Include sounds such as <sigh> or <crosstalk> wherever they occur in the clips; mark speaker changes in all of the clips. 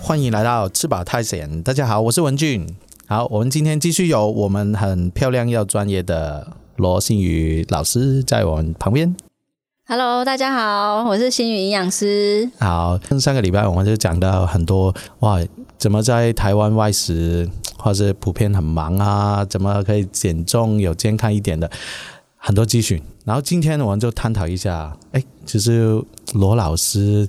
Speaker 1: 欢迎来到吃饱太闲，大家好，我是文俊。好，我们今天继续有我们很漂亮又专业的罗信宇老师在我们旁边。
Speaker 2: Hello，大家好，我是星宇营养师。
Speaker 1: 好，上个礼拜我们就讲到很多哇，怎么在台湾外食，或是普遍很忙啊，怎么可以减重有健康一点的很多资讯。然后今天我们就探讨一下，哎，其实罗老师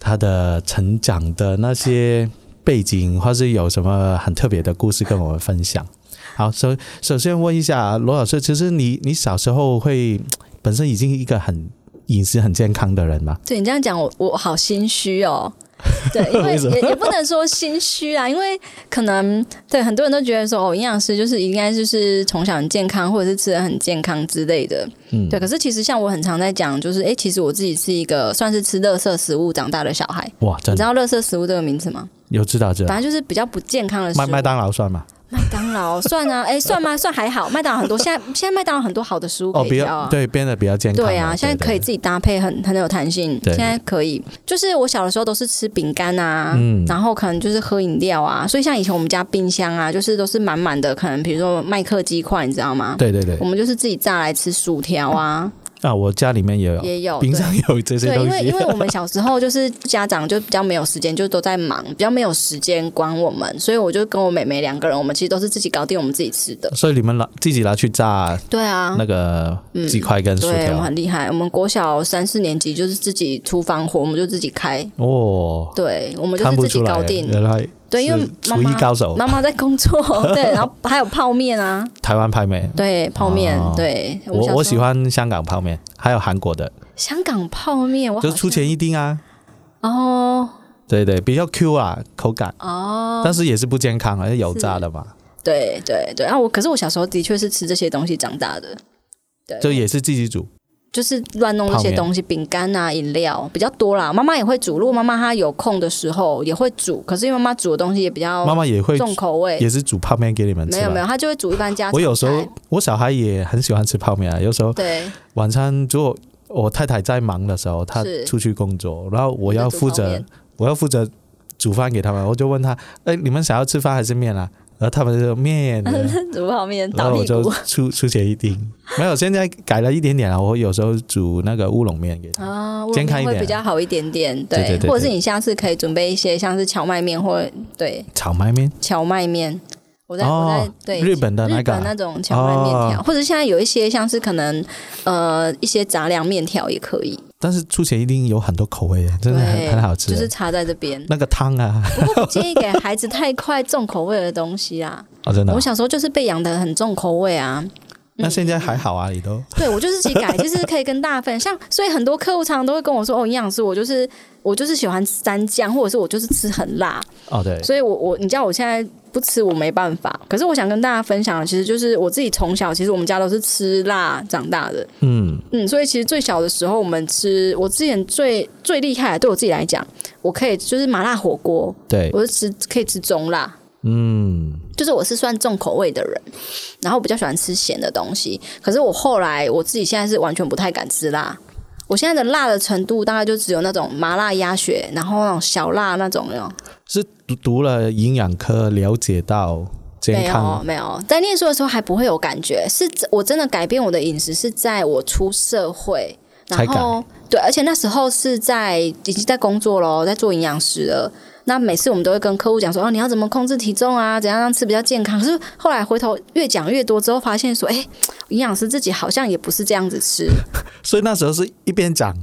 Speaker 1: 他的成长的那些背景，或是有什么很特别的故事跟我们分享。 <laughs> 好，首首先问一下罗老师，其实你你小时候会本身已经一个很饮食很健康的人嘛？
Speaker 2: 对你这样讲，我我好心
Speaker 1: <laughs>
Speaker 2: 虚哦。对，因为
Speaker 1: 为什么
Speaker 2: 也也不能说心虚啊，因为可能对很多人都觉得说，哦，营养师就是应该就是从小很健康，或者是吃的很健康之类的。
Speaker 1: 嗯
Speaker 2: 对，可是其实像我很常在讲，就是哎、诶其实我自己是一个算是吃垃圾食物长大的小孩。
Speaker 1: 哇，
Speaker 2: 你
Speaker 1: 真
Speaker 2: 知
Speaker 1: 的
Speaker 2: 道垃圾食物这个名字吗？
Speaker 1: 有知道这
Speaker 2: 反正就是比较不健康的食
Speaker 1: 啊麦
Speaker 2: 物。
Speaker 1: 麦当劳算吗？
Speaker 2: 麦当劳算啊，哎、算吗？算还好。麦当劳很多，现在现在麦当劳很多好的食物
Speaker 1: 哦，
Speaker 2: 可
Speaker 1: 比
Speaker 2: 以挑
Speaker 1: 较
Speaker 2: 啊。
Speaker 1: 对变得比较健康了。
Speaker 2: 对啊，现在可以
Speaker 1: 对
Speaker 2: 自己搭配很，很有弹性。
Speaker 1: 对
Speaker 2: 现在可以，就是我小的时候都是吃饼干啊，
Speaker 1: 嗯
Speaker 2: 然后可能就是喝饮料啊，所以像以前我们家冰箱啊，就是都是满满的，可能比如说麦克鸡块，你知道吗？
Speaker 1: 对对对
Speaker 2: 我
Speaker 1: 对
Speaker 2: 们就是自己炸来吃薯条啊，
Speaker 1: <laughs> 啊，我家里面也有，
Speaker 2: 也有
Speaker 1: 冰箱有这
Speaker 2: 对
Speaker 1: 些
Speaker 2: 对，
Speaker 1: 东
Speaker 2: 因为因
Speaker 1: 西。
Speaker 2: 为我们小时候就是家长就比较没有时间，就都在忙，比较没有时间管我们，所以我就跟我妹妹两个人，我们其实都是自己搞定我们自己吃
Speaker 1: <laughs>
Speaker 2: 的。
Speaker 1: <laughs> 所以你们拿自己拿去炸
Speaker 2: 对啊，
Speaker 1: 那个
Speaker 2: 嗯
Speaker 1: 鸡块跟薯
Speaker 2: 对我们
Speaker 1: 条
Speaker 2: 很厉害。我们国小三四年级就是自己厨房火，我们就自己开。
Speaker 1: 哦，
Speaker 2: 对，我们就
Speaker 1: 看
Speaker 2: 是
Speaker 1: 不
Speaker 2: 自
Speaker 1: 出
Speaker 2: 己
Speaker 1: 来
Speaker 2: 搞
Speaker 1: 耶，
Speaker 2: 定。
Speaker 1: 原来
Speaker 2: 对，因为
Speaker 1: 是
Speaker 2: 妈
Speaker 1: 厨艺
Speaker 2: 妈
Speaker 1: 高手，
Speaker 2: 妈妈在
Speaker 1: <laughs>
Speaker 2: 工作，对，然后还有泡面啊，
Speaker 1: 台湾泡面。
Speaker 2: 对，泡面，
Speaker 1: 哦
Speaker 2: 对
Speaker 1: 我
Speaker 2: 们小时候
Speaker 1: 我喜欢香港泡面，还有韩国的，
Speaker 2: 香港泡面，我
Speaker 1: 就
Speaker 2: 好
Speaker 1: 是出
Speaker 2: 像
Speaker 1: 前一丁啊，
Speaker 2: 哦
Speaker 1: 对对，比较 Q 啊，口感，
Speaker 2: 哦，
Speaker 1: 但是也是不健康啊，因为油
Speaker 2: 是
Speaker 1: 炸的嘛，
Speaker 2: 对对对啊，我可是我小时候的确是吃这些东西长大的，对，
Speaker 1: 就也是自己煮。
Speaker 2: 就是乱弄一
Speaker 1: 泡
Speaker 2: 些
Speaker 1: 面
Speaker 2: 东西，饼干啊、饮料比较多啦。妈妈也会煮，如果妈妈她有空的时候也会煮，可是因为妈妈煮的东西也比
Speaker 1: 妈
Speaker 2: 较
Speaker 1: 妈也会
Speaker 2: 哦重口味
Speaker 1: 也，是煮泡面给你们吃
Speaker 2: 没有没
Speaker 1: 吧。
Speaker 2: 有，她就会煮一般家常
Speaker 1: 我有时候
Speaker 2: 菜
Speaker 1: 我小孩也很喜欢吃泡面啊，有时候
Speaker 2: 对 <laughs>
Speaker 1: 晚餐如果我太太在忙的时候，她
Speaker 2: 是
Speaker 1: 出去工作，然后我要负
Speaker 2: 就煮泡
Speaker 1: 责
Speaker 2: 面
Speaker 1: 我要负责煮饭给他们，我就问她，哎，你们想要吃饭还是面啊？然后他们就说面，啊
Speaker 2: <laughs> 煮泡面
Speaker 1: 然
Speaker 2: 打
Speaker 1: 后我
Speaker 2: 屁
Speaker 1: 就
Speaker 2: 股
Speaker 1: 出出钱一丁。没有，现在改了一点点了，我有时候煮那个乌龙面给他。
Speaker 2: 啊，
Speaker 1: <laughs>
Speaker 2: 我
Speaker 1: 健康一
Speaker 2: 会
Speaker 1: 点
Speaker 2: 比较好一点点，对，
Speaker 1: 对对对
Speaker 2: 或者是你下次可以准备一些像是荞麦面或对
Speaker 1: 炒麦面，
Speaker 2: 荞麦面，我在、我
Speaker 1: 哦
Speaker 2: 在，对
Speaker 1: 日本的那
Speaker 2: 日
Speaker 1: 个
Speaker 2: 本那
Speaker 1: 啊，
Speaker 2: 种荞麦面条，或者现在有一些像是可能呃一些杂粮面条也可以，
Speaker 1: 但是出钱一丁有很多口味，真的
Speaker 2: 对
Speaker 1: 很很好吃。
Speaker 2: 就是插在这
Speaker 1: <laughs>
Speaker 2: 边。
Speaker 1: 那个汤
Speaker 2: <laughs>
Speaker 1: 啊，
Speaker 2: 不建议给孩子太快重口味的东西啊！
Speaker 1: 哦，真的啊
Speaker 2: 我。小时候就是被养的很重口味啊，
Speaker 1: 那现在还好啊，你都
Speaker 2: <laughs> 对我就是自己改，就是可以跟大家分享。像所以很多客户常常都会跟我说：“哦，营养师，我就是我就是喜欢沾酱，或者是我就是吃很辣。”
Speaker 1: 哦对，
Speaker 2: 所以我我你知道我现在不吃我没办法，可是我想跟大家分享的，其实就是我自己从小其实我们家都是吃辣长大的，
Speaker 1: 嗯，
Speaker 2: 嗯，所以其实最小的时候我们吃，我之前最最厉害的，对我自己来讲，我可以就是麻辣火锅，
Speaker 1: 对，
Speaker 2: 我是吃可以吃中辣。
Speaker 1: 嗯，
Speaker 2: 就是我是算重口味的人，然后我比较喜欢吃咸的东西。可是我后来我自己现在是完全不太敢吃辣，我现在的辣的程度大概就只有那种麻辣鸭血，然后那种小辣那种那种。
Speaker 1: 是读读了营养科，了解到健
Speaker 2: 没有
Speaker 1: 康，
Speaker 2: 没有，在念书的时候还不会有感觉，是真我真的改变我的饮食是在我出社会，然
Speaker 1: 才改
Speaker 2: 后对，而且那时候是在已经在工作咯，在做营养师了。那每次我们都会跟客户讲说，哦，你要怎么控制体重啊？怎样让吃比较健康？可是后来回头越讲越多之后，发现说，哎，营养师自己好像也不是这样子吃，
Speaker 1: 所以那时候是一边
Speaker 2: <laughs>
Speaker 1: 讲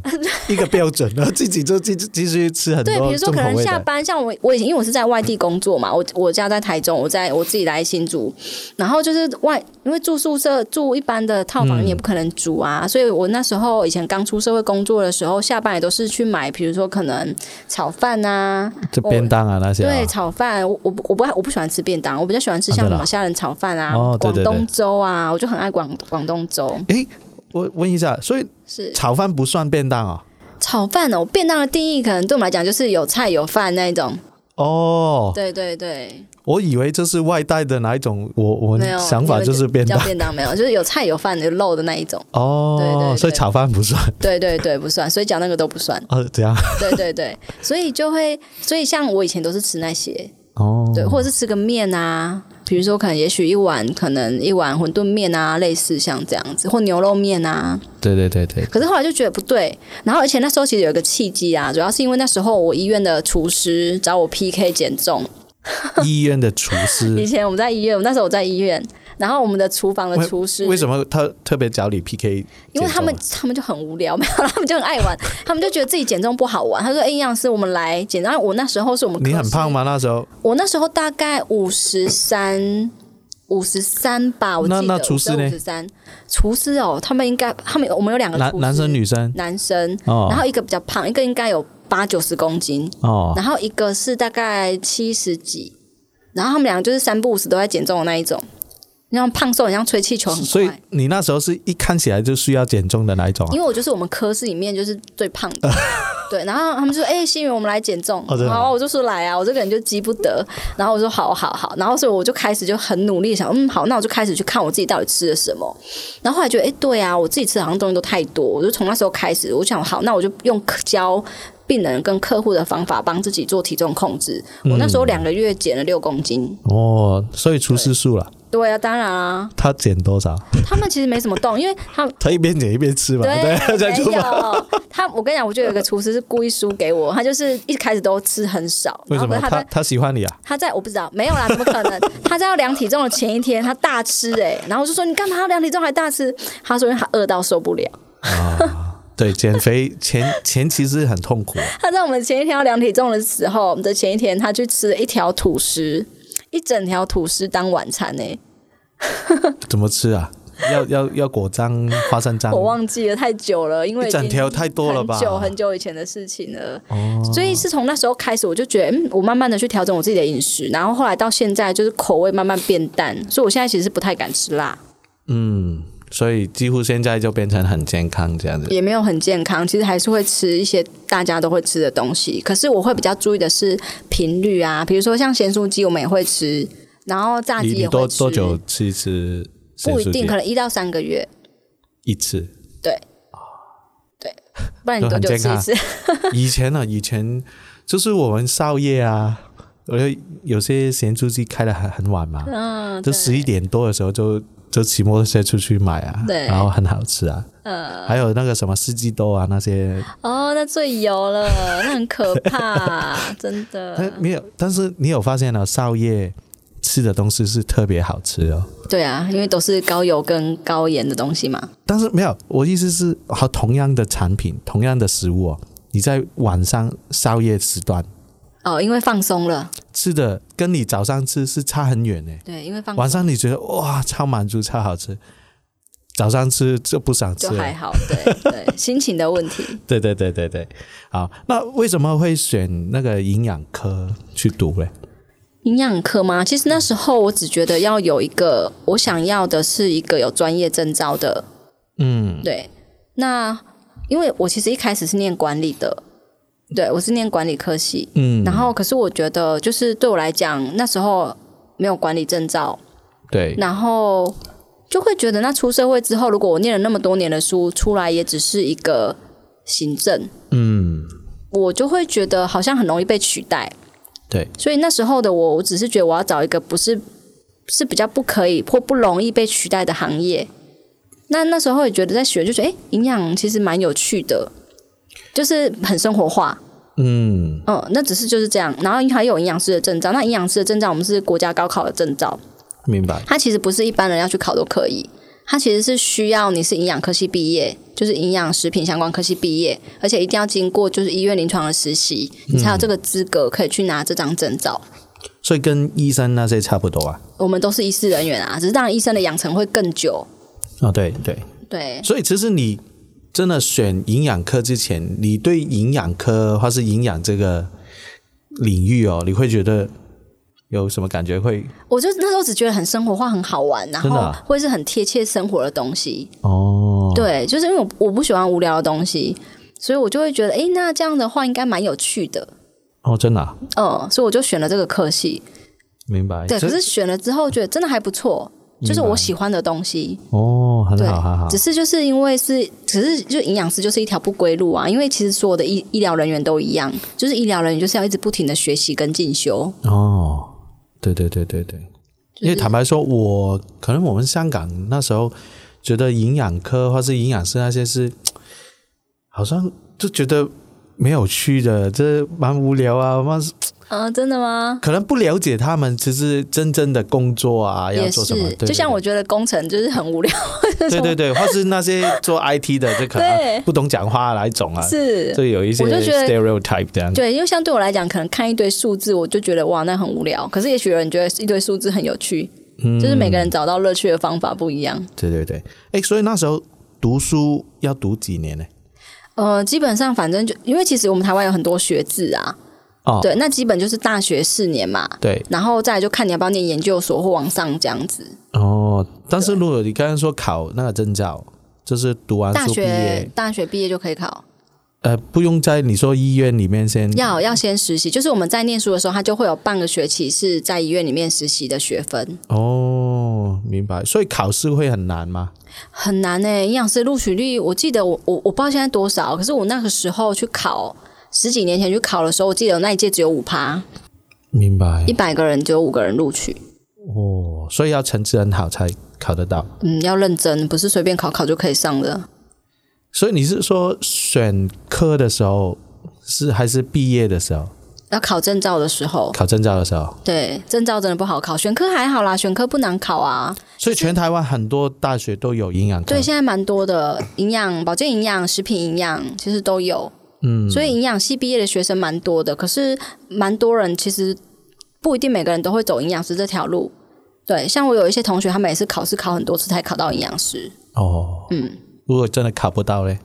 Speaker 1: 一个标准，然后自己就继继续吃很
Speaker 2: 对，比
Speaker 1: 多
Speaker 2: 如说
Speaker 1: 重
Speaker 2: 可
Speaker 1: 口
Speaker 2: 能
Speaker 1: 味
Speaker 2: 下
Speaker 1: 的，
Speaker 2: 班，像我我以前因为我是在外地工作嘛，我我家在台中，我在我自己来新竹，然后就是外因为住宿舍住一般的套房，
Speaker 1: 嗯
Speaker 2: 你也不可能住啊，所以我那时候以前刚出社会工作的时候，下班也都是去买，比如说可能炒饭啊，
Speaker 1: 就便当啊那些啊
Speaker 2: 对，，炒饭，我我不我不爱我不喜欢吃便当，我比较喜欢吃
Speaker 1: 啊
Speaker 2: 像
Speaker 1: 真
Speaker 2: 什
Speaker 1: 的啊
Speaker 2: 么虾仁炒饭啊
Speaker 1: 哦、对
Speaker 2: 广
Speaker 1: 对对
Speaker 2: 东粥啊，我就很爱广广东粥，
Speaker 1: 诶，我问一下，所以
Speaker 2: 是
Speaker 1: 炒饭不算便当哦？
Speaker 2: 炒饭哦，便当的定义可能对我们来讲就是有菜有饭那一种，
Speaker 1: 哦，
Speaker 2: 对对对。
Speaker 1: 我以为这是外带的哪一种，我我
Speaker 2: 没有
Speaker 1: 想法就是便
Speaker 2: 叫
Speaker 1: 当
Speaker 2: 便当没有，就是有菜有饭有肉的那
Speaker 1: <laughs>
Speaker 2: 一种。
Speaker 1: 哦，
Speaker 2: 对对对
Speaker 1: 所以炒饭不算
Speaker 2: 对对对，不算，所以讲那个都不算。
Speaker 1: 啊，怎样？
Speaker 2: 对对对，所以就会，所以像我以前都是吃那些，
Speaker 1: 哦，
Speaker 2: 对，或者是吃个面啊，比如说可能也许一碗，可能一碗馄饨面啊，类似像这样子，或牛肉面啊。
Speaker 1: 对对对对，
Speaker 2: 可是后来就觉得不对，然后而且那时候其实有一个契机啊，主要是因为那时候我医院的厨师找我 PK 减重，
Speaker 1: 医院的厨
Speaker 2: 以 <laughs>
Speaker 1: 师
Speaker 2: 前我们在医院，我那时候我在医院，然后我们的厨房的厨师
Speaker 1: 为什么他特别找你 PK？
Speaker 2: 因为他们
Speaker 1: 减啊
Speaker 2: 他们就很无聊，没有啦，他们就很爱
Speaker 1: <laughs>
Speaker 2: 玩，他们就觉得自己减重不好玩。他说：“哎、营养师，我们来减重。”然后我那时候是我们
Speaker 1: 重啊你很
Speaker 2: 科室
Speaker 1: 胖吗？那时候
Speaker 2: 我那时候大概五十三。五十三吧，我记
Speaker 1: 那
Speaker 2: 得。
Speaker 1: 那厨师呢
Speaker 2: 五十三，厨师哦，他们应该，他们我们有两个
Speaker 1: 男
Speaker 2: 厨师
Speaker 1: 男生女生
Speaker 2: 男生，然
Speaker 1: 哦
Speaker 2: 后一个比较胖，一个应该有八九十公斤，
Speaker 1: 哦
Speaker 2: 然后一个是大概七十几，然后他们两个就是三不五时都在减重的那一种，那种胖瘦很像吹气球很快。
Speaker 1: 所以你那时候是一看起来就需要减重的那一种啊
Speaker 2: 因为我就是我们科室里面就是最胖
Speaker 1: <laughs>
Speaker 2: 的，对。然后他们就说：“哎、新宇，我们来减重。
Speaker 1: 哦真的
Speaker 2: 然后我就说：“来啊，我这个人就急不得。”然后我说：“好好好。”然后所以我就开始就很努力想，嗯，好，那我就开始去看我自己到底吃了什么。然后后来觉得，哎、对啊，我自己吃的好像东西都太多，我就从那时候开始，我想，好，那我就用教。病人跟客户的方法帮自己做体重控制。
Speaker 1: 嗯
Speaker 2: 我那时候两个月减了六公斤。
Speaker 1: 哦，所以厨师数了，
Speaker 2: 对啊，当然啊，
Speaker 1: 他减多少？
Speaker 2: 他们其实没怎么动，因为他
Speaker 1: 他一边减一边吃嘛，
Speaker 2: 对，
Speaker 1: 对， <laughs> 这样就
Speaker 2: <laughs> 没
Speaker 1: 吧。
Speaker 2: 有他，我跟你讲，我就有一个厨师是故意输给我，他就是一开始都吃很少，
Speaker 1: 为
Speaker 2: 然
Speaker 1: 什么
Speaker 2: 后可是他
Speaker 1: 他
Speaker 2: 在
Speaker 1: 他喜欢你啊？
Speaker 2: 他在我不知道，没有啦，怎么可能？他在要量体重的前一天，他大吃哎、然后我就说你干嘛要量体重还大吃？他说因为他饿到受不了。
Speaker 1: 对，减肥前前期是很痛苦啊，
Speaker 2: 他在我们前一天要量体重的时候的前一天，他去吃了一条吐司，一整条吐司当晚餐哎、
Speaker 1: 怎么吃啊？要要要果酱、花生酱，
Speaker 2: 我忘记了太久了，因为
Speaker 1: 一
Speaker 2: 已经
Speaker 1: 整条太多了吧？
Speaker 2: 很久很久以前的事情了。所以是从那时候开始，我就觉得，嗯，我慢慢的去调整我自己的饮食，然后后来到现在，就是口味慢慢变淡，所以我现在其实是不太敢吃辣，
Speaker 1: 嗯，所以几乎现在就变成很健康这样子。
Speaker 2: 也没有很健康，其实还是会吃一些大家都会吃的东西，可是我会比较注意的是频率啊，比如说像咸酥鸡，我们也会吃，然后炸鸡
Speaker 1: 你你
Speaker 2: 也
Speaker 1: 多
Speaker 2: 会吃，
Speaker 1: 多久吃一次咸
Speaker 2: 不一
Speaker 1: 酥鸡
Speaker 2: 定，
Speaker 1: 啊？
Speaker 2: 可能一到三个月，
Speaker 1: 一次。
Speaker 2: 不然你多久吃一次？ <laughs>
Speaker 1: 以前啊，以前就是我们宵夜啊，我就有些咸猪鸡开的很很晚嘛，
Speaker 2: 嗯，
Speaker 1: 就
Speaker 2: 对
Speaker 1: 十一点多的时候就就骑摩托车出去买啊，
Speaker 2: 对嗯
Speaker 1: 然后很好吃啊，还有那个什么四季豆啊那些，
Speaker 2: 哦，那最油 <laughs> 了，那很可怕，真的。
Speaker 1: 但没有，但是你有发现了、宵夜吃的东西是特别好吃哦。
Speaker 2: 对啊，因为都是高油跟高盐的东西嘛。
Speaker 1: 但是没有，我意思是，和同样的产品、同样的食物哦，你在晚上宵夜时段
Speaker 2: 哦，因为放松了，
Speaker 1: 吃的，跟你早上吃是差很远的。
Speaker 2: 对，因为放松
Speaker 1: 晚上你觉得哇超满足超好吃，早上吃就不想吃
Speaker 2: 就
Speaker 1: 了
Speaker 2: 还好，对对，心情的问题。
Speaker 1: 对对对对对，好，那为什么会选那个营养科去读嘞？
Speaker 2: 营养科吗？其实那时候我只觉得要有一个，我想要的是一个有专业证照的，
Speaker 1: 嗯，
Speaker 2: 对。那因为我其实一开始是念管理的，对我是念管理科系，
Speaker 1: 嗯，
Speaker 2: 然后可是我觉得就是对我来讲，那时候没有管理证照，
Speaker 1: 对，
Speaker 2: 然后就会觉得，那出社会之后，如果我念了那么多年的书，出来也只是一个行政，
Speaker 1: 嗯，
Speaker 2: 我就会觉得好像很容易被取代。
Speaker 1: 对，
Speaker 2: 所以那时候的我，我只是觉得我要找一个不是是比较不可以或不容易被取代的行业。那那时候也觉得在学，就觉得哎，诶营养其实蛮有趣的，就是很生活化。
Speaker 1: 嗯，
Speaker 2: 嗯，那只是就是这样。然后还有营养师的证照，那营养师的证照我们是国家高考的证照，
Speaker 1: 明白，
Speaker 2: 它其实不是一般人要去考都可以，它其实是需要你是营养科系毕业，就是营养食品相关科系毕业，而且一定要经过就是医院临床的实习，你才有这个资格可以去拿这张证照。
Speaker 1: 所以跟医生那些差不多啊。
Speaker 2: 我们都是医师人员啊，只是当然医生的养成会更久。
Speaker 1: 哦，对对，
Speaker 2: 对，
Speaker 1: 所以其实你真的选营养科之前，你对营养科或是营养这个领域哦，你会觉得有什么感觉会？
Speaker 2: 我就那时候只觉得很生活化、很好玩，然
Speaker 1: 真的
Speaker 2: 后
Speaker 1: 啊
Speaker 2: 会是很贴切生活的东西。
Speaker 1: 哦，
Speaker 2: 对，就是因为我我不喜欢无聊的东西，所以我就会觉得，诶，那这样的话应该蛮有趣的。
Speaker 1: 哦，真的啊、
Speaker 2: 嗯，所以我就选了这个科系。
Speaker 1: 明白。
Speaker 2: 对，
Speaker 1: 哎这
Speaker 2: 可是选了之后觉得真的还不错，就是我喜欢的东西。
Speaker 1: 哦，很
Speaker 2: 对
Speaker 1: 好，很好，
Speaker 2: 只是就是因为是，只是就营养师就是一条不归路啊。因为其实所有的医医疗人员都一样，就是医疗人员就是要一直不停的学习跟进修。
Speaker 1: 哦，对对对对对，因为坦白说，我可能我们香港那时候觉得营养科或是营养师那些是，好像就觉得没有趣的，这蛮无聊啊，蛮
Speaker 2: 啊，真的吗？
Speaker 1: 可能不了解他们其实真正的工作啊，要
Speaker 2: 也
Speaker 1: 做什么，
Speaker 2: 是
Speaker 1: 对，对
Speaker 2: 就像我觉得工程就是很无聊，
Speaker 1: 对对对对，或是那些做 IT 的，就可
Speaker 2: 对
Speaker 1: 能不懂讲话哪一种啊，
Speaker 2: 是
Speaker 1: 就有一些
Speaker 2: 我就觉得
Speaker 1: stereotype 这样。
Speaker 2: 对，因为像对我来讲，可能看一堆数字，我就觉得哇，那很无聊。可是也许有人觉得一堆数字很有趣，
Speaker 1: 嗯
Speaker 2: 就是每个人找到乐趣的方法不一样。
Speaker 1: 对对对，哎，所以那时候读书要读几年呢？
Speaker 2: 呃，基本上反正就因为其实我们台湾有很多学制啊，
Speaker 1: 哦，
Speaker 2: 对，那基本就是大学四年嘛，
Speaker 1: 对，
Speaker 2: 然后再来就看你要不要念研究所或往上这样子。
Speaker 1: 哦，但是如果你刚刚说考那个证照，就是读完
Speaker 2: 大
Speaker 1: 书啊毕
Speaker 2: 学
Speaker 1: 业，
Speaker 2: 大学毕业就可以考，
Speaker 1: 呃，不用在你说医院里面先
Speaker 2: 要要先实习，就是我们在念书的时候，他就会有半个学期是在医院里面实习的学分，
Speaker 1: 哦，明白。所以考试会很难吗？
Speaker 2: 很难呢、营养师录取率，我记得我我我不知道现在多少，可是我那个时候去考。十几年前去考的时候，我记得那一届只有五
Speaker 1: 嗯
Speaker 2: 趴，
Speaker 1: 明白
Speaker 2: 一百个人只有五个人录取。
Speaker 1: 哦，所以要成绩很好才考得到。
Speaker 2: 嗯，要认真，不是随便考考就可以上的。
Speaker 1: 所以你是说选科的时候是还是毕业的时候
Speaker 2: 要考证照的时候，
Speaker 1: 考证照的时
Speaker 2: 哦
Speaker 1: 候？
Speaker 2: 对，证照真的不好考，选科还好啦，选科不难考啊。
Speaker 1: 所以全台湾很多大学都有营养科
Speaker 2: 对，，现在蛮多的，营养、保健营养、食品营养其实都有。嗯，所以营养系毕业的学生蛮多的，可是蛮多人其实不一定每个人都会走营养师这条路。对，像我有一些同学，他们也是考试考很多次才考到营养师，
Speaker 1: 哦，嗯，如果真的考不到嘞，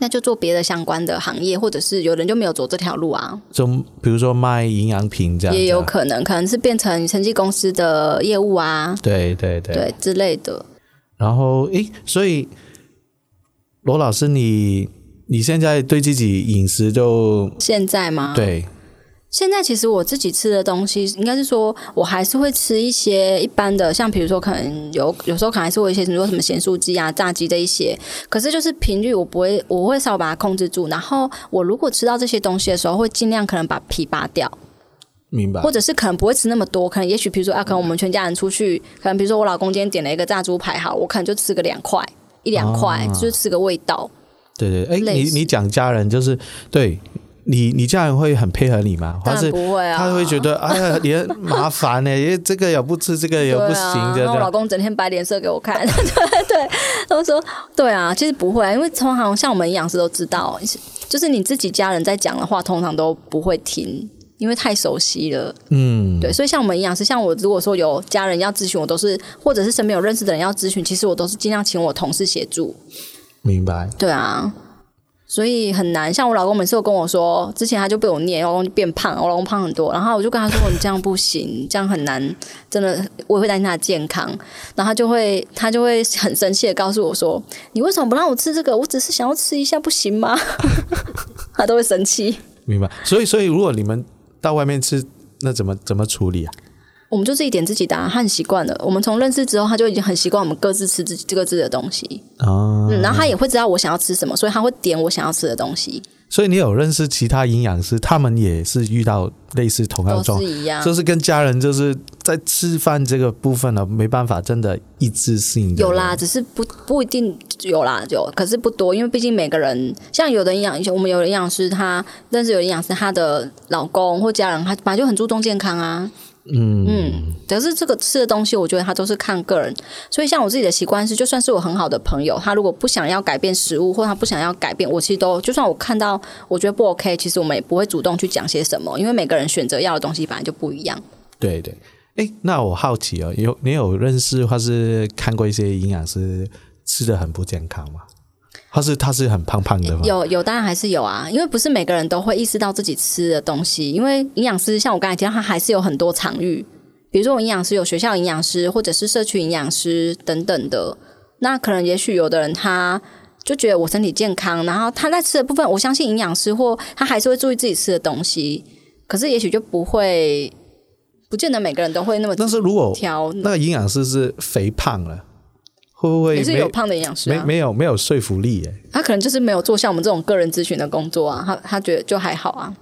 Speaker 2: 那就做别的相关的行业，或者是有人就没有走这条路啊，
Speaker 1: 就比如说卖营养品这样子啊，
Speaker 2: 也有可能，可能是变成成绩公司的业务啊，
Speaker 1: 对对对
Speaker 2: 对之类的。
Speaker 1: 然后，诶，所以罗老师你，你现在对自己饮食就、
Speaker 2: 现在吗？
Speaker 1: 对
Speaker 2: 现在其实我自己吃的东西，应该是说我还是会吃一些一般的，像比如说可能有有时候可能还是会有一些，比如说什么咸酥鸡啊、炸鸡的一些，可是就是频率我不会，我会稍微把它控制住。然后我如果吃到这些东西的时候，会尽量可能把皮扒掉，
Speaker 1: 明白
Speaker 2: 或者是可能不会吃那么多，可能也许比如说啊，可
Speaker 1: 嗯
Speaker 2: 能我们全家人出去，可能比如说我老公今天点了一个炸猪排，好，我可能就吃个两块一两
Speaker 1: 啊
Speaker 2: 块，就是吃个味道。
Speaker 1: 对对，诶，
Speaker 2: 类
Speaker 1: 你
Speaker 2: 似
Speaker 1: 你讲家人就是对你你家人会很配合你吗？
Speaker 2: 当
Speaker 1: 还
Speaker 2: 然
Speaker 1: 是
Speaker 2: 不会啊，
Speaker 1: 他会觉得哎
Speaker 2: <laughs>
Speaker 1: 呀也麻烦呢、因为这个也不吃，这个也不
Speaker 2: 对
Speaker 1: 行
Speaker 2: 啊，
Speaker 1: 这
Speaker 2: 然后我老
Speaker 1: 样。
Speaker 2: 公整天摆脸色给我看， <laughs> 对对，都说对啊，其实不会啊，因为通常像我们营养师都知道，就是你自己家人在讲的话，通常都不会听。因为太熟悉了，
Speaker 1: 嗯，
Speaker 2: 对，所以像我们营养师，像我如果说有家人要咨询，我都是或者是身边有认识的人要咨询，其实我都是尽量请我同事协助。
Speaker 1: 明白。
Speaker 2: 对啊，所以很难。像我老公每次都跟我说，之前他就被我念，我老公就变胖，我老公胖很多，然后我就跟他说：“你这样不行，这样很难，真的我也会担心他的健康。”然后他就会他就会很生气的告诉我说：“你为什么不让我吃这个？我只是想要吃一下，不行吗？” <laughs> 他都会生气。
Speaker 1: 明白。所以所以如果你们到外面吃，那怎么怎么处理啊？
Speaker 2: 我们就自己点自己的、啊，他很习惯了。我们从认识之后，他就已经很习惯我们各自吃自己各自的东西。
Speaker 1: 啊，
Speaker 2: 嗯，然后他也会知道我想要吃什么，所以他会点我想要吃的东西，
Speaker 1: 所以你有认识其他营养师，他们也是遇到类似同样
Speaker 2: 都
Speaker 1: 的状况
Speaker 2: 是。一样。
Speaker 1: 就是跟家人就是在吃饭这个部分呢，没办法，真的一致性的
Speaker 2: 有啦，，只是不不一定有啦，有，可是不多，因为毕竟每个人，像有的营养，我们有的营养师他认识有的营养师，她的老公或家人，他本来就很注重健康啊，
Speaker 1: 嗯
Speaker 2: 嗯，可是这个吃的东西，我觉得他都是看个人，所以像我自己的习惯是，就算是我很好的朋友，他如果不想要改变食物，或他不想要改变，我其实都，就算我看到我觉得不 OK，其实我们也不会主动去讲些什么，因为每个人选择要的东西本来就不一样。
Speaker 1: 对对。哎，那我好奇哦，有你有认识或是看过一些营养师吃的很不健康吗？或是他是很胖胖的吗？
Speaker 2: 有有，当然还是有啊，因为不是每个人都会意识到自己吃的东西，因为营养师像我刚才提到，他还是有很多场域，比如说我营养师有学校营养师，或者是社区营养师等等的。那可能也许有的人他就觉得我身体健康，然后他在吃的部分，我相信营养师或他还是会注意自己吃的东西，可是也许就不会不见得每个人都会那么
Speaker 1: 但是如果
Speaker 2: 挑，
Speaker 1: 那个营养师是肥胖了，会不会
Speaker 2: 也是
Speaker 1: 没
Speaker 2: 有胖的营养师
Speaker 1: 没
Speaker 2: 啊。
Speaker 1: 没有没有说服力耶？
Speaker 2: 他可能就是没有做像我们这种个人咨询的工作啊，他他觉得就还好
Speaker 1: <laughs>
Speaker 2: 啊。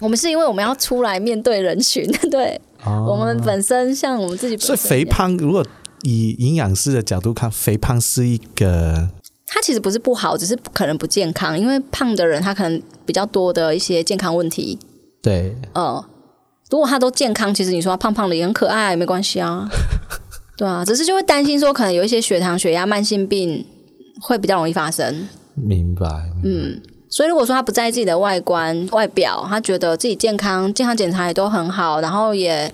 Speaker 2: 我们是因为我们要出来面对人群， <laughs> 对、我们本身像我们自己本
Speaker 1: 哦所
Speaker 2: 身
Speaker 1: 以肥
Speaker 2: 一样，
Speaker 1: 胖，如果以营养师的角度看，肥胖是一个
Speaker 2: 它其实不是不好，只是可能不健康。因为胖的人他可能比较多的一些健康问题，
Speaker 1: 对
Speaker 2: 嗯，如果他都健康，其实你说他胖胖的也很可爱，没关系
Speaker 1: <laughs>
Speaker 2: 啊。对啊，只是就会担心说，可能有一些血糖、血压、慢性病会比较容易发生。
Speaker 1: 明白，嗯，
Speaker 2: 所以如果说他不在意自己的外观、外表，他觉得自己健康，健康检查也都很好，然后也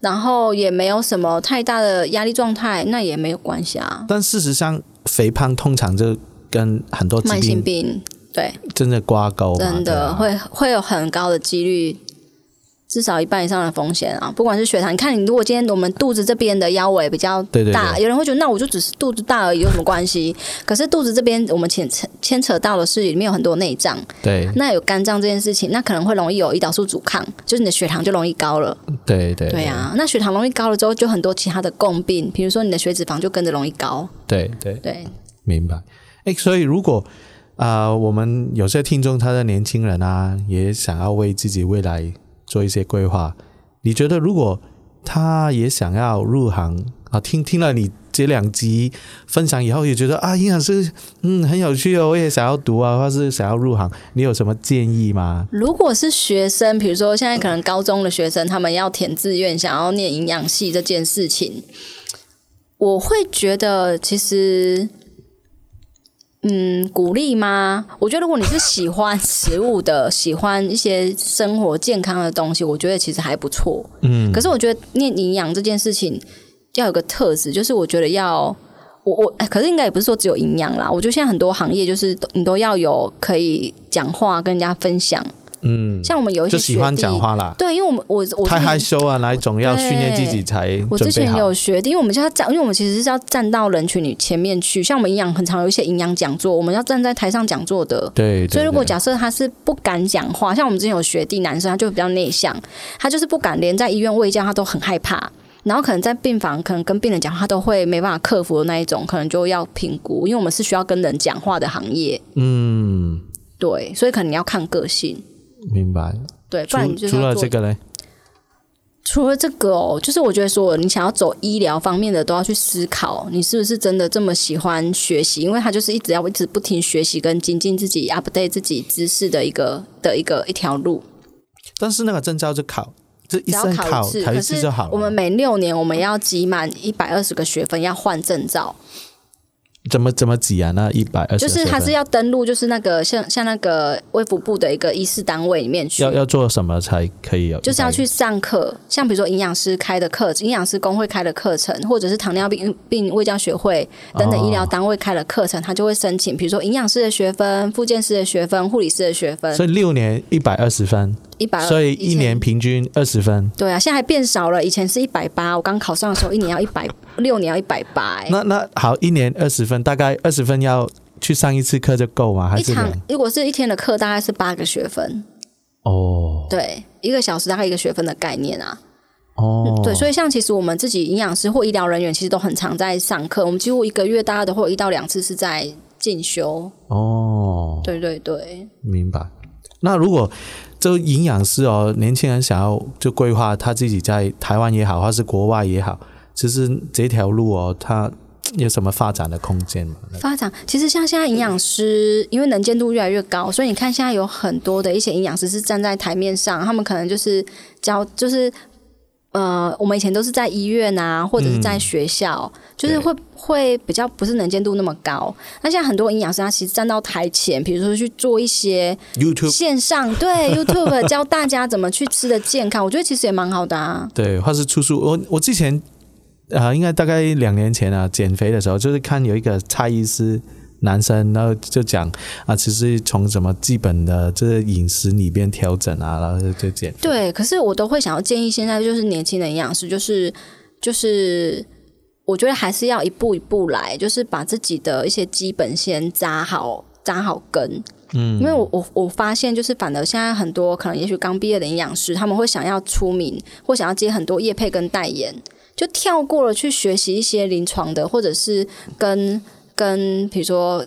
Speaker 2: 然后也没有什么太大的压力状态，那也没有关系啊。
Speaker 1: 但事实上，肥胖通常就跟很多哦疾
Speaker 2: 慢性
Speaker 1: 病哦
Speaker 2: 病，对，
Speaker 1: 真的挂钩嘛，
Speaker 2: 真
Speaker 1: 对
Speaker 2: 的
Speaker 1: 吧
Speaker 2: 会会有很高的几率，至少一半以上的风险啊！不管是血糖，你看你如果今天我们肚子这边的腰围比较大，
Speaker 1: 对对对
Speaker 2: 有人会觉得那我就只是肚子大而已，有什么关系？可是肚子这边我们牵扯牵扯到的是里面有很多内脏，
Speaker 1: 对
Speaker 2: 那有肝脏这件事情，那可能会容易有胰岛素阻抗，就是你的血糖就容易高了。
Speaker 1: 对对
Speaker 2: 对啊，那血糖容易高了之后，就很多其他的共病，比如说你的血脂肪就跟着容易高。
Speaker 1: 对对，
Speaker 2: 对，
Speaker 1: 明白。哎，所以如果啊、呃我们有些听众他的年轻人啊，也想要为自己未来做一些规划，你觉得如果他也想要入行啊，听听了你这两集分享以后，也觉得啊，营养师嗯很有趣哦，我也想要读啊，或是想要入行，你有什么建议吗？
Speaker 2: 如果是学生，比如说现在可能高中的学生，他们要填志愿，想要念营养系这件事情，我会觉得其实，嗯，鼓励吗？我觉得如果你是喜欢食物的，喜欢一些生活健康的东西，我觉得其实还不错。
Speaker 1: 嗯，
Speaker 2: 可是我觉得念营养这件事情要有个特质，就是我觉得要我我、哎可是应该也不是说只有营养啦。我觉得现在很多行业就是都你都要有可以讲话跟人家分享，
Speaker 1: 嗯，
Speaker 2: 像我们有一些
Speaker 1: 就喜欢
Speaker 2: 学弟
Speaker 1: 讲，话啦，
Speaker 2: 对，因为我们我我
Speaker 1: 太
Speaker 2: 之前
Speaker 1: 害羞啊，哪一种要训练自己才
Speaker 2: 我之
Speaker 1: 准备
Speaker 2: 前
Speaker 1: 好
Speaker 2: 有？学弟，因为我们现在站，因为我们其实是要站到人群里前面去，像我们营养很常有一些营养讲座，我们要站在台上讲座的，
Speaker 1: 对，对
Speaker 2: 所以如果
Speaker 1: 对
Speaker 2: 假设他是不敢讲话，像我们之前有学弟男生，他就比较内向，他就是不敢连在医院喂教他都很害怕。然后可能在病房，可能跟病人讲话，他都会没办法克服的那一种，可能就要评估，因为我们是需要跟人讲话的行业，
Speaker 1: 嗯，
Speaker 2: 对，所以可能你要看个性，
Speaker 1: 明白。
Speaker 2: 对，不
Speaker 1: 除
Speaker 2: 然你就是
Speaker 1: 除
Speaker 2: 要
Speaker 1: 了
Speaker 2: 做
Speaker 1: 这个呢？
Speaker 2: 除了这个哦，就是我觉得说，你想要走医疗方面的，都要去思考，你是不是真的这么喜欢学习？因为他就是一直要一直不停学习跟精进自己、update 自己知识的一个的一个一条路。
Speaker 1: 但是那个证照就考，这一
Speaker 2: 只要
Speaker 1: 生
Speaker 2: 考一次，
Speaker 1: 考
Speaker 2: 可
Speaker 1: 一
Speaker 2: 是
Speaker 1: 次就好了。
Speaker 2: 我们每六年我们要集满一百二十个学分，要换证照，
Speaker 1: 怎么怎么挤啊？那一百二十
Speaker 2: 就是他是要登录，就是那个像像那个卫福部的一个医师单位里面去
Speaker 1: 要。要做什么才可以有？
Speaker 2: 就是要去上课，像比如说营养师开的课，营养师工会开的课程，或者是糖尿病嗯病卫教学会等等医疗单位开的课程，他就会申请，比如说营养师的学分、复健师的学分、护理师的学分，
Speaker 1: 所以六年一百二十分，
Speaker 2: 一百
Speaker 1: 所以一年平均二十分。
Speaker 2: 对啊，现在还变少了，以前是一百八，我刚考上的时候一年要
Speaker 1: <laughs>
Speaker 2: 一百六年要一百八，欸
Speaker 1: 那那好，一年二十分，大概二十分要去上一次课就够吗？还
Speaker 2: 一
Speaker 1: 是
Speaker 2: 场
Speaker 1: 两？
Speaker 2: 如果是一天的课，大概是八个学分，
Speaker 1: 哦
Speaker 2: 对，一个小时大概一个学分的概念啊。
Speaker 1: 哦，
Speaker 2: 对，所
Speaker 1: 以
Speaker 2: 以像其实我们自己营养师或医疗人员，其实都很常在上课，我们几乎一个月大家都会有一到两次是在进修。
Speaker 1: 哦，
Speaker 2: 对对对，
Speaker 1: 明白。那如果就营养师哦，年轻人想要就规划他自己在台湾也好，或是国外也好，其实这条路哦，他有什么发展的空间吗？
Speaker 2: 发展其实像现在营养师，因为能见度越来越高，所以你看现在有很多的一些营养师是站在台面上，他们可能就是教就是。呃，我们以前都是在医院啊，或者是在学校，就
Speaker 1: 嗯
Speaker 2: 是
Speaker 1: 对
Speaker 2: 会会比较不是能见度那么高。那现在很多营养师他其实站到台前，比如说去做一些
Speaker 1: YouTube
Speaker 2: 线上对 YouTube 教大家怎么去吃的健康，我觉得其实也蛮好的啊。
Speaker 1: 对，或是出书。我我之前啊、呃应该大概两年前啊，减肥的时候，就是看有一个蔡医师男生，然后就讲啊，其实从什么基本的就是饮食里边调整啊，然后就就减。
Speaker 2: 对，可是我都会想要建议现在就是年轻的营养师，就是就是我觉得还是要一步一步来，就是把自己的一些基本先扎好扎好根，嗯，因为我我我发现就是反而现在很多可能也许刚毕业的营养师，他们会想要出名或想要接很多业配跟代言，就跳过了去学习一些临床的，或者是跟跟比如说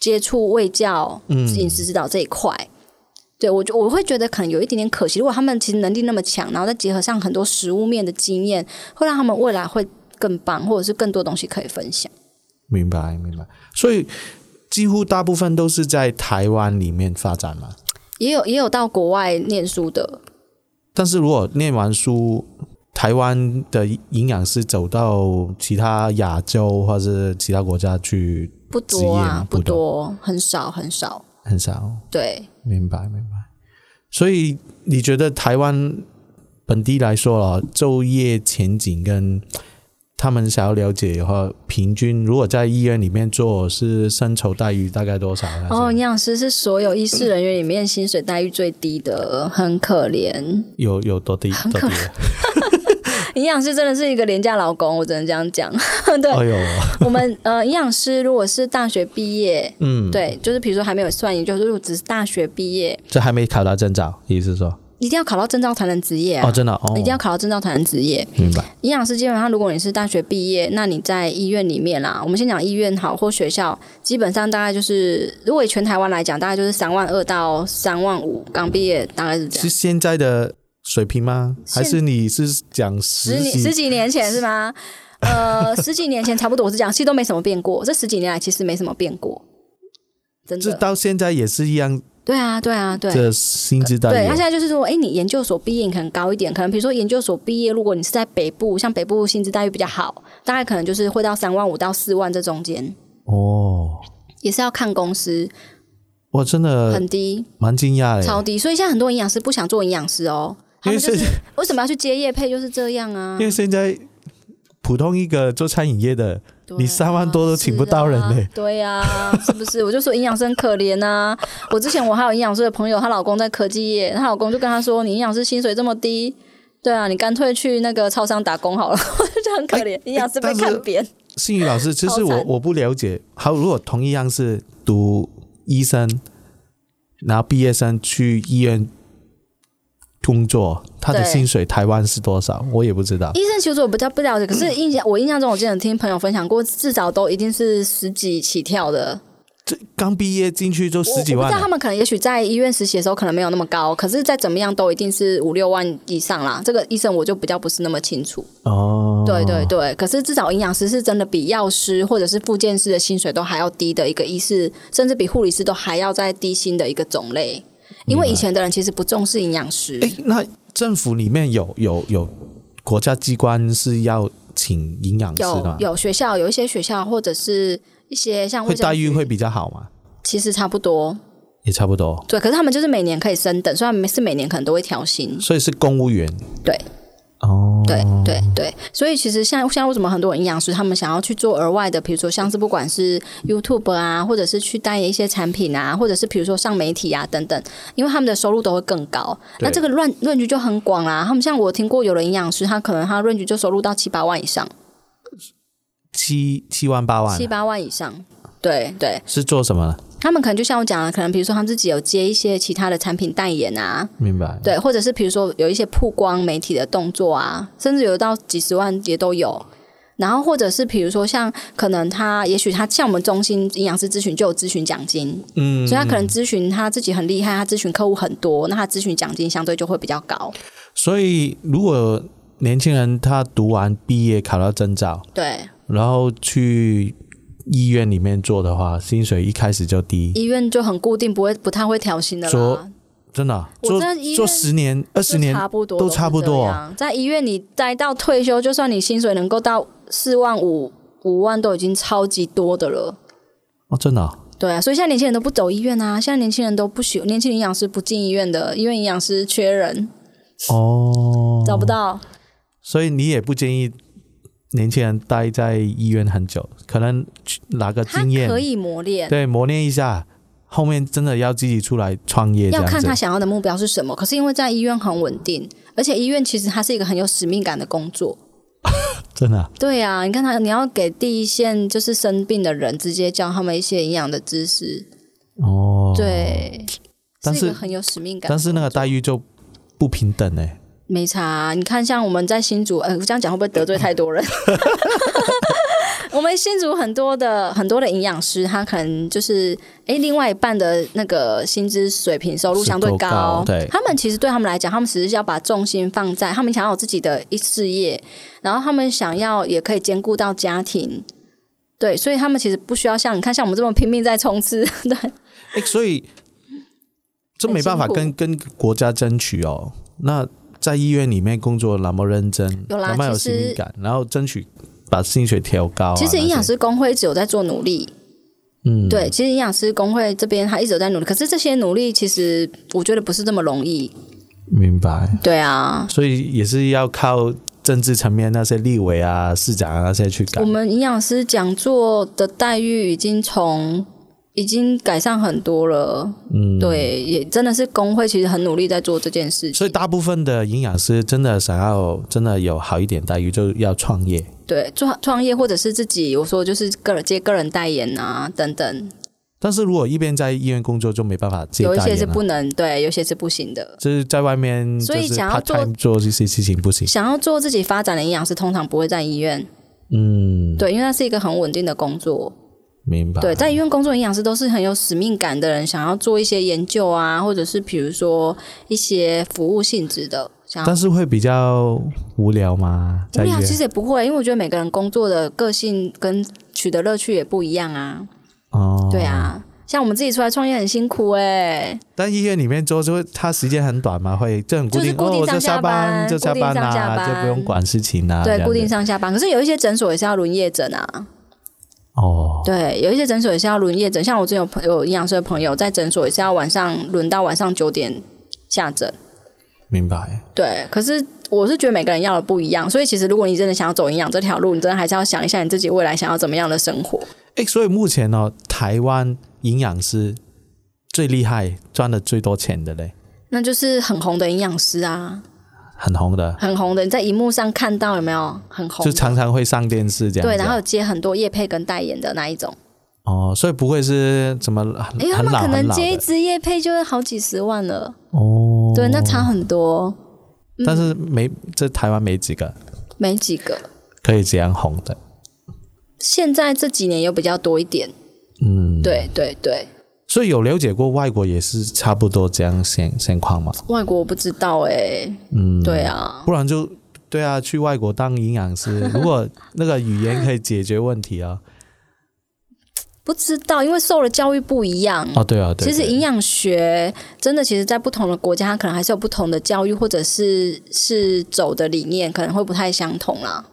Speaker 2: 接触卫教、饮食指导这一块。对我就我会觉得可能有一点点可惜，如果他们其实能力那么强，然后再结合上很多食物面的经验，会让他们未来会更棒，或者是更多东西可以分享。
Speaker 1: 明白明白。所以几乎大部分都是在台湾里面发展嘛。
Speaker 2: 也有也有到国外念书的，
Speaker 1: 但是如果念完书，台湾的营养师走到其他亚洲或是其他国家去，
Speaker 2: 不多
Speaker 1: 职业
Speaker 2: 啊
Speaker 1: 吗，
Speaker 2: 不
Speaker 1: 不多
Speaker 2: 多，很少很少。
Speaker 1: 很少。
Speaker 2: 对，
Speaker 1: 明白明白。所以你觉得台湾本地来说了，就业前景跟他们想要了解的话，平均如果在医院里面做是薪酬待遇大概多少？
Speaker 2: 然哦后营养师是所有医师人员里面薪水待遇最低的，很可怜。
Speaker 1: 有有多低？多低啊？
Speaker 2: 营养师真的是一个廉价劳工，我只能这样讲。对、
Speaker 1: 哎呦，
Speaker 2: 我们呃，营养师如果是大学毕业，
Speaker 1: 嗯，
Speaker 2: 对，就是比如说还没有算研究，就是只是大学毕业，
Speaker 1: 这还没考到证照，意思是说
Speaker 2: 一定要考到证照才能执业啊。
Speaker 1: 哦，真的哦，
Speaker 2: 一定要考到证照才能执业。
Speaker 1: 明白，
Speaker 2: 营养师基本上，如果你是大学毕业，那你在医院里面啦，我们先讲医院好或学校，基本上大概就是，如果以全台湾来讲，大概就是三万二到三万五，刚毕业大概是这
Speaker 1: 是
Speaker 2: 样。
Speaker 1: 现在的水平吗？
Speaker 2: 现
Speaker 1: 还是你是讲
Speaker 2: 十
Speaker 1: 实
Speaker 2: 年十
Speaker 1: 习？
Speaker 2: 几年前是吗？ <laughs> 呃，十几年前差不多，我是讲，其实都没什么变过。这十几年来其实没什么变过，真
Speaker 1: 这
Speaker 2: 的。
Speaker 1: 到现在也是一样，
Speaker 2: 对啊，对啊，对。
Speaker 1: 这薪资待
Speaker 2: 对，
Speaker 1: 遇
Speaker 2: 他
Speaker 1: 哦
Speaker 2: 现在就是说，哎，你研究所毕业你可能高一点，可能比如说研究所毕业，如果你是在北部，像北部薪资待遇比较好，大概可能就是会到三万五到四万这中间，
Speaker 1: 哦，
Speaker 2: 也是要看公司，
Speaker 1: 我真的
Speaker 2: 很低，
Speaker 1: 蛮惊讶的，
Speaker 2: 超低。所以现在很多营养师不想做营养师哦，他
Speaker 1: 哎因为
Speaker 2: 们就是
Speaker 1: 是
Speaker 2: 为什么要去接业配，就是这样啊
Speaker 1: 因。为现在普通一个做餐饮业的，
Speaker 2: 对
Speaker 1: 你
Speaker 2: 啊
Speaker 1: 三万多都请不到人嘞、
Speaker 2: 是啊对啊，是不是？我就说营养师很可怜啊。我之前我还有营养师的朋友，她老公在科技业，她老公就跟她说：“你营养师薪水这么低，对啊，你干脆去那个超商打工好了。” <laughs> 我就觉得很可怜，营养师被
Speaker 1: 哎但是
Speaker 2: 看扁。
Speaker 1: 信宇老师，其
Speaker 2: 超
Speaker 1: 实
Speaker 2: 惨
Speaker 1: 我我不了解。好，如果同一样是读医生，然后毕业生去医院工作，他的
Speaker 2: 对
Speaker 1: 薪水台湾是多少？我也不知道。
Speaker 2: 医生其实我比较不了解，可是印象我印象中，我之前听朋友分享过，至少都一定是十几起跳的。
Speaker 1: 这刚毕业进去就
Speaker 2: 我
Speaker 1: 十几
Speaker 2: 我不
Speaker 1: 万啊
Speaker 2: 知道他
Speaker 1: 了，
Speaker 2: 们可能也许在医院实习的时候可能没有那么高，可是再怎么样都一定是五六万以上啦。这个医生我就比较不是那么清楚。
Speaker 1: 哦，
Speaker 2: 对对对，可是至少营养师是真的比药师或者是复健师的薪水都还要低的一个医师，甚至比护理师都还要再低薪的一个种类。
Speaker 1: 嗯
Speaker 2: 因为以前的人其实不重视营养师，
Speaker 1: 诶，那政府里面有有有国家机关是要请营养师的
Speaker 2: 有
Speaker 1: 吗，
Speaker 2: 有学校有一些学校或者是一些像
Speaker 1: 会
Speaker 2: 卫生
Speaker 1: 待遇
Speaker 2: 局
Speaker 1: 会比较好吗？
Speaker 2: 其实差不多，
Speaker 1: 也差不多，
Speaker 2: 对。可是他们就是每年可以升等，虽然每是每年可能都会调薪，
Speaker 1: 所以是公务员
Speaker 2: 对。
Speaker 1: 哦。
Speaker 2: 对对对，所以其实像现在为什么很多营养师他们想要去做额外的，比如说像是不管是 YouTube 啊，或者是去代言一些产品啊，或者是比如说上媒体啊等等，因为他们的收入都会更高。那
Speaker 1: 对
Speaker 2: 这个乱论局就很广啦、他们像我听过有的营养师，他可能他论局就收入到七八万以上，
Speaker 1: 七七万八万啊
Speaker 2: 七八万以上。对对，
Speaker 1: 是做什么呢？
Speaker 2: 他们可能就像我讲的，可能比如说他们自己有接一些其他的产品代言啊，
Speaker 1: 明白。
Speaker 2: 对，或者是比如说有一些曝光媒体的动作啊，甚至有到几十万也都有。然后或者是比如说像可能他，也许他像我们中心营养师咨询就有咨询奖金，
Speaker 1: 嗯，
Speaker 2: 所以他可能咨询他自己很厉害，他咨询客户很多，那他咨询奖金相对就会比较高。
Speaker 1: 所以如果年轻人他读完毕业考到证照，
Speaker 2: 对，
Speaker 1: 然后去医院里面做的话，薪水一开始就低，
Speaker 2: 医院就很固定，不会不太会调薪的
Speaker 1: 说
Speaker 2: 啦，
Speaker 1: 真的啊
Speaker 2: 我
Speaker 1: 做
Speaker 2: 在医院
Speaker 1: 做十年二十
Speaker 2: 就
Speaker 1: 年
Speaker 2: 差不多
Speaker 1: 都
Speaker 2: 是
Speaker 1: 差不
Speaker 2: 这
Speaker 1: 多哦
Speaker 2: 样。在医院你待到退休，就算你薪水能够到四万五、五万，都已经超级多的了。
Speaker 1: 哦，真的哦
Speaker 2: 对啊，所以现在年轻人都不走医院啊，现在年轻人都不喜，年轻营养师不进医院的，因为营养师缺人，
Speaker 1: 哦，
Speaker 2: 找不到。
Speaker 1: 所以你也不建议年轻人待在医院很久，可能去拿个
Speaker 2: 他
Speaker 1: 经验，
Speaker 2: 可以磨练，
Speaker 1: 对，磨练一下，后面真的要自己出来创业这
Speaker 2: 要
Speaker 1: 样
Speaker 2: 看
Speaker 1: 子
Speaker 2: 他。想要的目标是什么。可是因为在医院很稳定，而且医院其实它是一个很有使命感的工作。
Speaker 1: 真的啊
Speaker 2: 对啊，你看他，你要给第一线就是生病的人直接教他们一些营养的知识，
Speaker 1: 哦，哦，，
Speaker 2: 对，
Speaker 1: 但
Speaker 2: 是一
Speaker 1: 是
Speaker 2: 个很有使命感。
Speaker 1: 但是那个待遇就不平等哎、
Speaker 2: 没差啊、你看像我们在新竹，呃，我这样讲会不会得罪太多人？ <laughs> 我们新竹很多的很多的营养师，他可能就是诶，另外一半的那个薪资水平收入相对
Speaker 1: 是够高对
Speaker 2: 他们其实对他们来讲，他们只是要把重心放在他们想要有自己的一事业，然后他们想要也可以兼顾到家庭，对，所以他们其实不需要像你看像我们这么拼命在冲刺，对，
Speaker 1: 欸所以这没办法
Speaker 2: 很
Speaker 1: 跟跟
Speaker 2: 辛
Speaker 1: 国家争取哦。那在医院里面工作那么认真，
Speaker 2: 有啦
Speaker 1: 那么有
Speaker 2: 其
Speaker 1: 使
Speaker 2: 实
Speaker 1: 命感，然后争取把薪水调高啊、
Speaker 2: 其实营养师工会一直有在做努力，
Speaker 1: 那些，嗯，
Speaker 2: 对，其实营养师工会这边他一直有在努力，可是这些努力其实我觉得不是这么容易。
Speaker 1: 明白。
Speaker 2: 对啊，
Speaker 1: 所以也是要靠政治层面那些立委啊、市长啊那些去改
Speaker 2: 我。们营养师讲座的待遇已经从已经改善很多了。
Speaker 1: 嗯，。
Speaker 2: 对，也真的是工会其实很努力在做这件事情。
Speaker 1: 所以大部分的营养师真的想要真的有好一点待遇，就要创业。
Speaker 2: 对，做创业或者是自己，我说就是个人接个人代言啊等等，
Speaker 1: 但是如果一边在医院工作，就没办法接代
Speaker 2: 有
Speaker 1: 言啊
Speaker 2: 一
Speaker 1: 了。
Speaker 2: 些是不能，对，有一些是不行的。
Speaker 1: 就是在外面，
Speaker 2: 所以
Speaker 1: 就是
Speaker 2: 想要
Speaker 1: part time 做这些事情不行。
Speaker 2: 想要做自己发展的营养师，通常不会在医院，
Speaker 1: 嗯，
Speaker 2: 对，因为那是一个很稳定的工作。
Speaker 1: 明白。
Speaker 2: 对，在医院工作，营养师都是很有使命感的人，想要做一些研究啊，或者是比如说一些服务性质的。想要
Speaker 1: 但是会比较无聊吗？
Speaker 2: 啊无
Speaker 1: 在医
Speaker 2: 聊
Speaker 1: 院
Speaker 2: 其实也不会，因为我觉得每个人工作的个性跟取得乐趣也不一样啊。
Speaker 1: 哦，
Speaker 2: 对。啊，像我们自己出来创业很辛苦哎、
Speaker 1: 但医院里面做，就会它时间很短嘛，会这很固定，
Speaker 2: 就是固定
Speaker 1: 哦，
Speaker 2: 上
Speaker 1: 就
Speaker 2: 下
Speaker 1: 下
Speaker 2: 班
Speaker 1: 就下
Speaker 2: 固定上
Speaker 1: 啦、
Speaker 2: 下班
Speaker 1: 就不用管事情啦、这
Speaker 2: 对，
Speaker 1: 样
Speaker 2: 固定
Speaker 1: 子
Speaker 2: 上下班。可是有一些诊所也是要轮夜诊啊。
Speaker 1: 哦，
Speaker 2: 对，有一些诊所也是要轮夜诊，像我之前有朋有营养师的朋友在诊所也是要晚上轮到晚上九点下诊。
Speaker 1: 明白。
Speaker 2: 对，可是我是觉得每个人要的不一样，所以其实如果你真的想要走营养这条路，你真的还是要想一下你自己未来想要怎么样的生活。
Speaker 1: 诶，所以目前呢、台湾营养师最厉害、赚的最多钱的嘞，
Speaker 2: 那就是很红的营养师啊，
Speaker 1: 很红的，
Speaker 2: 很红的，你在荧幕上看到有没有？很红
Speaker 1: 就，常常会上电视这样子
Speaker 2: 对，
Speaker 1: 啊。
Speaker 2: 然后有接很多业配跟代言的那一种，哎
Speaker 1: 哦，所以不会是怎么很
Speaker 2: 因为
Speaker 1: 嗯
Speaker 2: 他
Speaker 1: 很
Speaker 2: 们
Speaker 1: 老
Speaker 2: 可
Speaker 1: 很
Speaker 2: 能
Speaker 1: 老
Speaker 2: 接一
Speaker 1: 的
Speaker 2: 支业配就是好几十万了，
Speaker 1: 哦。
Speaker 2: 对，那嗯差很多，
Speaker 1: 但是没这台湾没几个
Speaker 2: 没几个。
Speaker 1: 可以这样红的，
Speaker 2: 现在这几年有比较多一点，
Speaker 1: 嗯，。
Speaker 2: 对对对，
Speaker 1: 所以有了解过外国也是差不多这样现现况嘛？
Speaker 2: 外国我不知道哎、
Speaker 1: 嗯，
Speaker 2: 对啊，
Speaker 1: 不然就对啊，去外国当营养师，如果那个语言可以解决问题啊，
Speaker 2: 嗯不知道，因为受的教育不一样
Speaker 1: 哦，对啊，对
Speaker 2: 其实
Speaker 1: 对
Speaker 2: 营养学真的，其实在不同的国家，它可能还是有不同的教育，或者是是走的理念，可能会不太相同啦。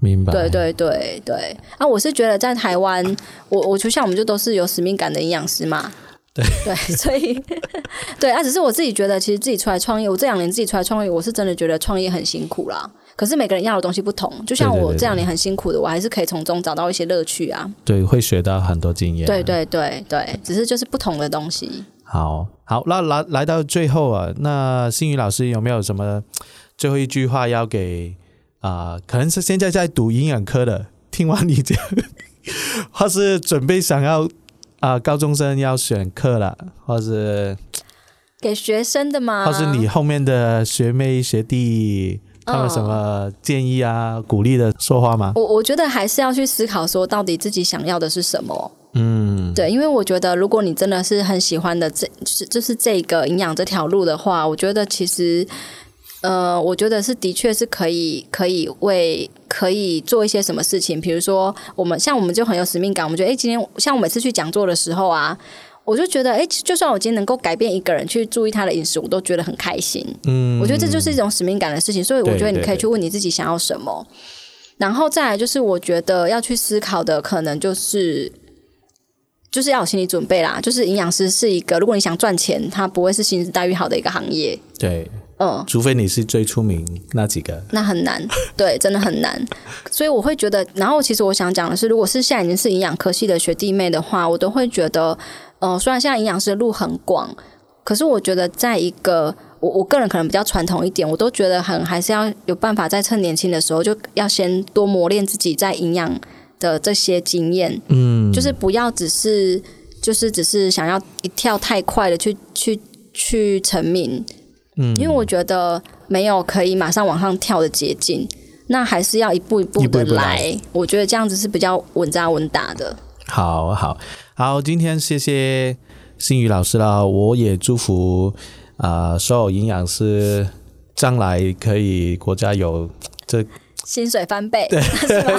Speaker 1: 明白，
Speaker 2: 对，对对对。啊，我是觉得在台湾，我我就像我们就都是有使命感的营养师嘛。对对，所以 <laughs> 对啊，只是我自己觉得，其实自己出来创业，我这两年自己出来创业，我是真的觉得创业很辛苦啦。可是每个人要的东西不同，就像
Speaker 1: 对对
Speaker 2: 我
Speaker 1: 对
Speaker 2: 这两
Speaker 1: 对
Speaker 2: 年很辛苦的，我还是可以从中找到一些乐趣啊。
Speaker 1: 对，会学到很多经验。啊
Speaker 2: 对，对对对，只是就是不同的东西。
Speaker 1: 好好，那来来到最后啊，那心宇老师有没有什么最后一句话要给啊、可能是现在在读营养科的，听完你讲， <laughs> 或是准备想要啊、高中生要选课了，或是
Speaker 2: 给学生的吗？
Speaker 1: 或是你后面的学妹学弟，
Speaker 2: 嗯
Speaker 1: 他们什么建议啊、鼓励的说话吗？
Speaker 2: 我我觉得还是要去思考说，到底自己想要的是什么。
Speaker 1: 嗯，
Speaker 2: 对，因为我觉得，如果你真的是很喜欢的这，就是就是这个营养这条路的话，我觉得其实，呃，我觉得是的确是可以，可以为可以做一些什么事情。比如说，我们像我们就很有使命感，我们觉得，哎，今天像我每次去讲座的时候啊。我就觉得，哎、就算我今天能够改变一个人去注意他的饮食，我都觉得很开心。
Speaker 1: 嗯，
Speaker 2: 我觉得这就是一种使命感的事情，所以我
Speaker 1: 对
Speaker 2: 觉得你
Speaker 1: 对
Speaker 2: 可以
Speaker 1: 对
Speaker 2: 去问你自己想要什么，然后再来就是我觉得要去思考的可能就是。就是要有心理准备啦，就是营养师是一个，如果你想赚钱，它不会是薪资待遇好的一个行业，
Speaker 1: 对，
Speaker 2: 嗯，
Speaker 1: 除非你是最出名那几个，
Speaker 2: 那
Speaker 1: <laughs>
Speaker 2: 很难，对，真的很难。所以我会觉得，然后其实我想讲的是，如果是现在已经是营养科系的学弟妹的话，我都会觉得，呃，虽然现在营养师的路很广，可是我觉得在一个我我个人可能比较传统一点，我都觉得很还是要有办法在趁年轻的时候就要先多磨练自己在营养的这些经验，
Speaker 1: 嗯，
Speaker 2: 就是不要只是。就是只是想要一跳太快的去去去成名，
Speaker 1: 嗯，
Speaker 2: 因为我觉得没有可以马上往上跳的捷径，那还是要一步一步
Speaker 1: 一步一
Speaker 2: 的
Speaker 1: 步
Speaker 2: 来。
Speaker 1: 来
Speaker 2: 我觉得这样子是比较稳扎稳打的。
Speaker 1: 好好好，今天谢谢新宇老师啦，我也祝福啊、呃所有营养师将来可以国家有这
Speaker 2: 薪水翻倍， <laughs>
Speaker 1: 对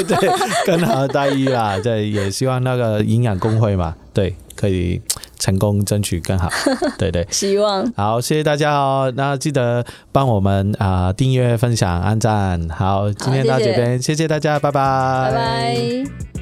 Speaker 1: 对更好的待遇啦，对，也希望那个营养工会嘛，对，可以成功争取更好，对对。
Speaker 2: 希望
Speaker 1: 好，谢谢大家哦。那记得帮我们啊、呃订阅、分享、按赞。好，今天
Speaker 2: 好
Speaker 1: 到
Speaker 2: 谢
Speaker 1: 这
Speaker 2: 谢
Speaker 1: 边，谢谢大家，拜拜
Speaker 2: 拜拜